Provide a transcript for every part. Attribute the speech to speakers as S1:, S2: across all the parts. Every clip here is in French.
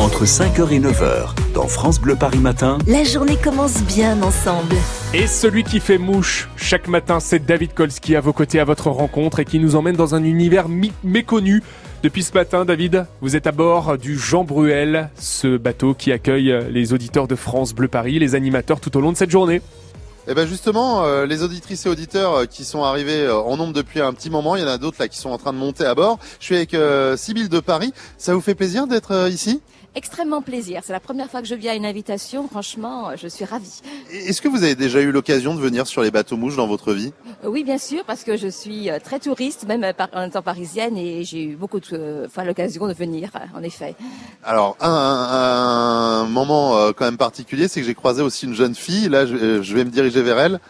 S1: entre 5h et 9h dans France Bleu Paris Matin.
S2: La journée commence bien ensemble.
S3: Et celui qui fait mouche chaque matin, c'est David Kolski à vos côtés à votre rencontre et qui nous emmène dans un univers mi- méconnu. Depuis ce matin, David, vous êtes à bord du Jean Bruel, ce bateau qui accueille les auditeurs de France Bleu Paris, les animateurs tout au long de cette journée.
S4: Et ben justement, euh, les auditrices et auditeurs euh, qui sont arrivés euh, en nombre depuis un petit moment, il y en a d'autres là qui sont en train de monter à bord. Je suis avec euh, Sybille de Paris. Ça vous fait plaisir d'être euh, ici
S5: Extrêmement plaisir. C'est la première fois que je viens à une invitation. Franchement, euh, je suis ravie.
S4: Et Est-ce que vous avez déjà eu l'occasion de venir sur les bateaux mouches dans votre vie
S5: Euh, Oui, bien sûr, parce que je suis euh, très touriste, même euh, par- en étant parisienne, et j'ai eu beaucoup de euh, fois l'occasion de venir, euh, en effet.
S4: Alors un, un- un moment euh, quand même particulier, c'est que j'ai croisé aussi une jeune fille. Là, je, euh, je vais me diriger vers elle,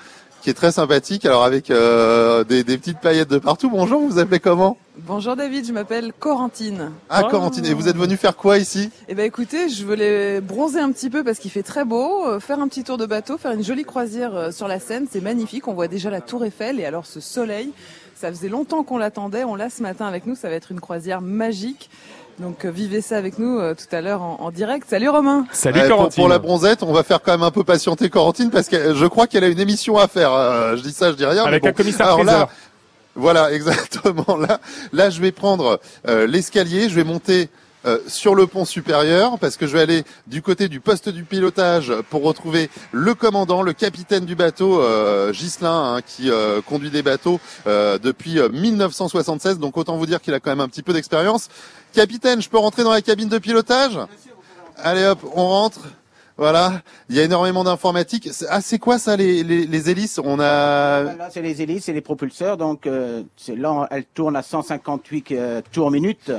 S4: qui est très sympathique. Alors avec euh, des, des petites paillettes de partout. Bonjour, vous vous appelez comment
S6: Bonjour David, je m'appelle Corentine.
S4: Ah,
S3: Oh.
S4: Corentine. Et vous êtes venu faire quoi ici
S6: Eh ben écoutez, je voulais bronzer un petit peu parce qu'il fait très beau, euh, faire un petit tour de bateau, faire une jolie croisière euh, sur la Seine, c'est magnifique, on voit déjà la tour Eiffel et alors ce soleil, ça faisait longtemps qu'on l'attendait, on l'a ce matin avec nous, ça va être une croisière magique. Donc euh, vivez ça avec nous euh, tout à l'heure en, en direct. Salut Romain
S3: Salut
S4: Ouais, Eh, pour-
S3: Corentine.
S4: Pour, la bronzette, on va faire quand même un peu patienter Corentine parce que je crois qu'elle a une émission à faire. Euh, je dis ça, je dis rien.
S3: Avec
S4: mais
S3: un
S4: bon.
S3: commissaire
S4: Alors là,
S3: priseur.
S4: Voilà, exactement. Là, là, je vais prendre euh, l'escalier, je vais monter. euh, sur le pont supérieur, parce que je vais aller du côté du poste du pilotage pour retrouver le commandant, le capitaine du bateau, euh, Ghislain, hein, qui euh, conduit des bateaux euh, depuis euh, 1976, donc autant vous dire qu'il a quand même un petit peu d'expérience. Capitaine, je peux rentrer dans la cabine de pilotage Allez hop, on rentre. Voilà, il y a énormément d'informatique. C'est- Ah, c'est quoi ça, les, les, les hélices On a...
S7: Là, c'est les hélices et les propulseurs. Donc, euh, c'est là, elle tourne à 158 euh, tours minute.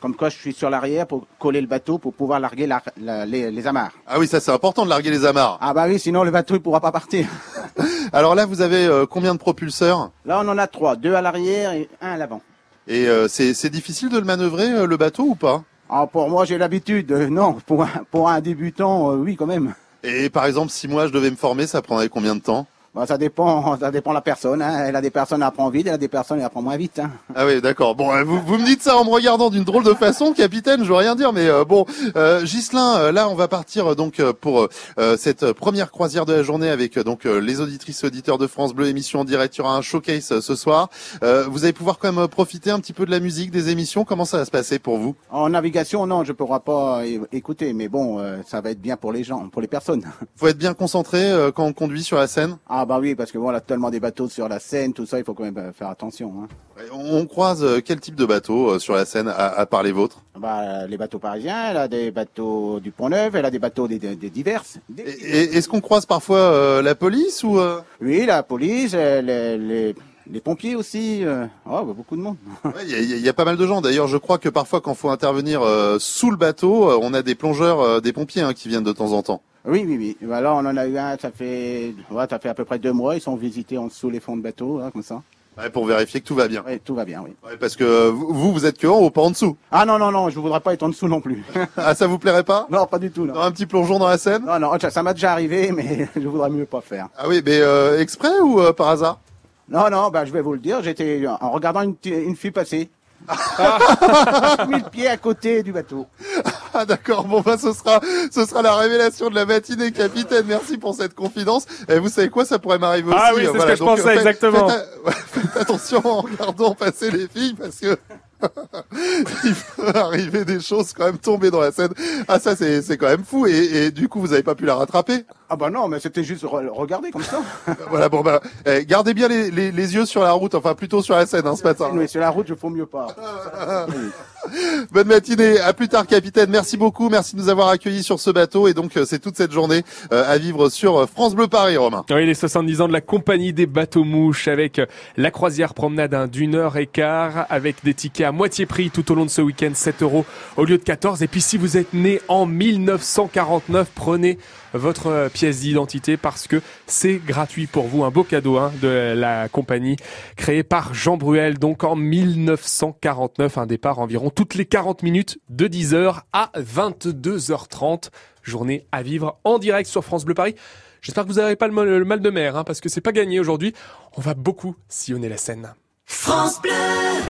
S7: Comme quoi, je suis sur l'arrière pour coller le bateau pour pouvoir larguer la- la- les, les amarres.
S4: Ah oui, ça c'est important de larguer les amarres.
S7: Ah bah oui, sinon le bateau il pourra pas partir.
S4: Alors là, vous avez euh, combien de propulseurs
S7: Là, on en a trois, deux à l'arrière et un à l'avant.
S4: Et euh, c'est c'est difficile de le manœuvrer, euh, le bateau, ou pas
S7: Ah, pour moi, j'ai l'habitude. Euh, non, pour un, pour un débutant, euh, oui, quand même.
S4: Et par exemple, si moi je devais me former, ça prendrait combien de temps
S7: Bah, ça dépend, ça dépend de la personne. hein. Elle a des personnes qui apprennent vite, elle a des personnes qui apprennent moins vite. hein.
S4: Ah oui, d'accord. Bon, euh, vous, vous me dites ça en me regardant d'une drôle de façon, capitaine, je veux rien dire, mais euh, bon, euh, Ghislain, euh, là, on va partir euh, donc euh, pour euh, cette euh, première croisière de la journée avec euh, donc euh, les auditrices et auditeurs de France Bleu, émission en direct, il y aura un showcase euh, ce soir. Euh, vous allez pouvoir quand même euh, profiter un petit peu de la musique, des émissions, comment ça va se passer pour vous
S7: En navigation, non, je pourrai pas é- écouter, mais bon, euh, ça va être bien pour les gens, pour les personnes.
S4: Faut être bien concentré euh, quand on conduit sur la scène
S7: Ah bah oui, parce que bon, on a tellement des bateaux sur la Seine, tout ça, il faut quand même euh, faire attention. Hein.
S4: On on croise euh, quel type de bateau euh, sur la Seine, à, à part les vôtres
S7: Bah, les bateaux parisiens, elle a des bateaux du Pont-Neuf, elle a des bateaux des, des, des diverses. Des-
S4: Et- et- Est-ce qu'on croise parfois euh, la police ou euh
S7: Oui, la police, euh, les, les, les pompiers aussi, euh, oh, bah, beaucoup de monde.
S4: Ouais, Il y, a- il y a- il y a pas mal de gens. D'ailleurs, je crois que parfois, quand faut intervenir euh, sous le bateau, euh, on a des plongeurs, euh, des pompiers hein, qui viennent de temps en temps.
S7: Oui, oui, oui. Bah, là, on en a eu un, ça fait, ouais, ça fait à peu près deux mois, ils sont visités en dessous les fonds de bateaux, hein, comme ça.
S4: Ouais, pour vérifier que tout va bien.
S7: Ouais, tout va bien, oui.
S4: Ouais, parce que euh, vous, vous êtes que en haut, pas en dessous.
S7: Ah non, non, non, je voudrais pas être en dessous non plus.
S4: Ah, ça vous plairait pas
S7: non, pas du tout,
S4: Dans
S7: non.
S4: un petit plongeon dans la Seine
S7: Non, non, ça ça m'a déjà arrivé, mais je voudrais mieux pas faire.
S4: Ah oui, mais euh, exprès ou euh, par hasard
S7: Non, non, bah, je vais vous le dire, j'étais en regardant une, t- une fille passer. J'ai mis le pied à côté du bateau.
S4: Ah d'accord, bon bah ce sera ce sera la révélation de la matinée, capitaine. Merci pour cette confidence. Et vous savez quoi, ça pourrait m'arriver aussi. euh,
S3: Ah oui, c'est ce que je pensais,
S4: faites-
S3: exactement.
S4: Faites, euh, faites attention en regardant passer les filles parce que il peut arriver des choses quand même tomber dans la scène. Ah ça c'est c'est quand même fou. Et, et du coup vous avez pas pu la rattraper.
S7: Ah bah non, mais c'était juste re- regarder comme ça.
S4: voilà bon bah eh, gardez bien les, les, les yeux sur la route, enfin plutôt sur la scène hein, ce matin.
S7: Mais sur la route, je ne mieux pas.
S4: Bonne matinée, à plus tard capitaine, merci beaucoup, merci de nous avoir accueillis sur ce bateau et donc euh, c'est toute cette journée euh, à vivre sur euh, France Bleu Paris Romain.
S3: Oui, les 70 ans de la compagnie des bateaux mouches avec euh, la croisière promenade hein, d'une heure et quart avec des tickets à moitié prix tout au long de ce week-end, 7 euros au lieu de 14. Et puis si vous êtes né en 1949, prenez votre euh, pièce d'identité parce que c'est gratuit pour vous. Un beau cadeau hein, de la compagnie créée par Jean Bruel. Donc en 1949, un départ environ toutes les 40 minutes de 10h à 22h30. Journée à vivre en direct sur France Bleu Paris. J'espère que vous n'avez pas le mal, le mal de mer, hein, parce que c'est pas gagné aujourd'hui. On va beaucoup sillonner la Seine.
S2: France Bleu.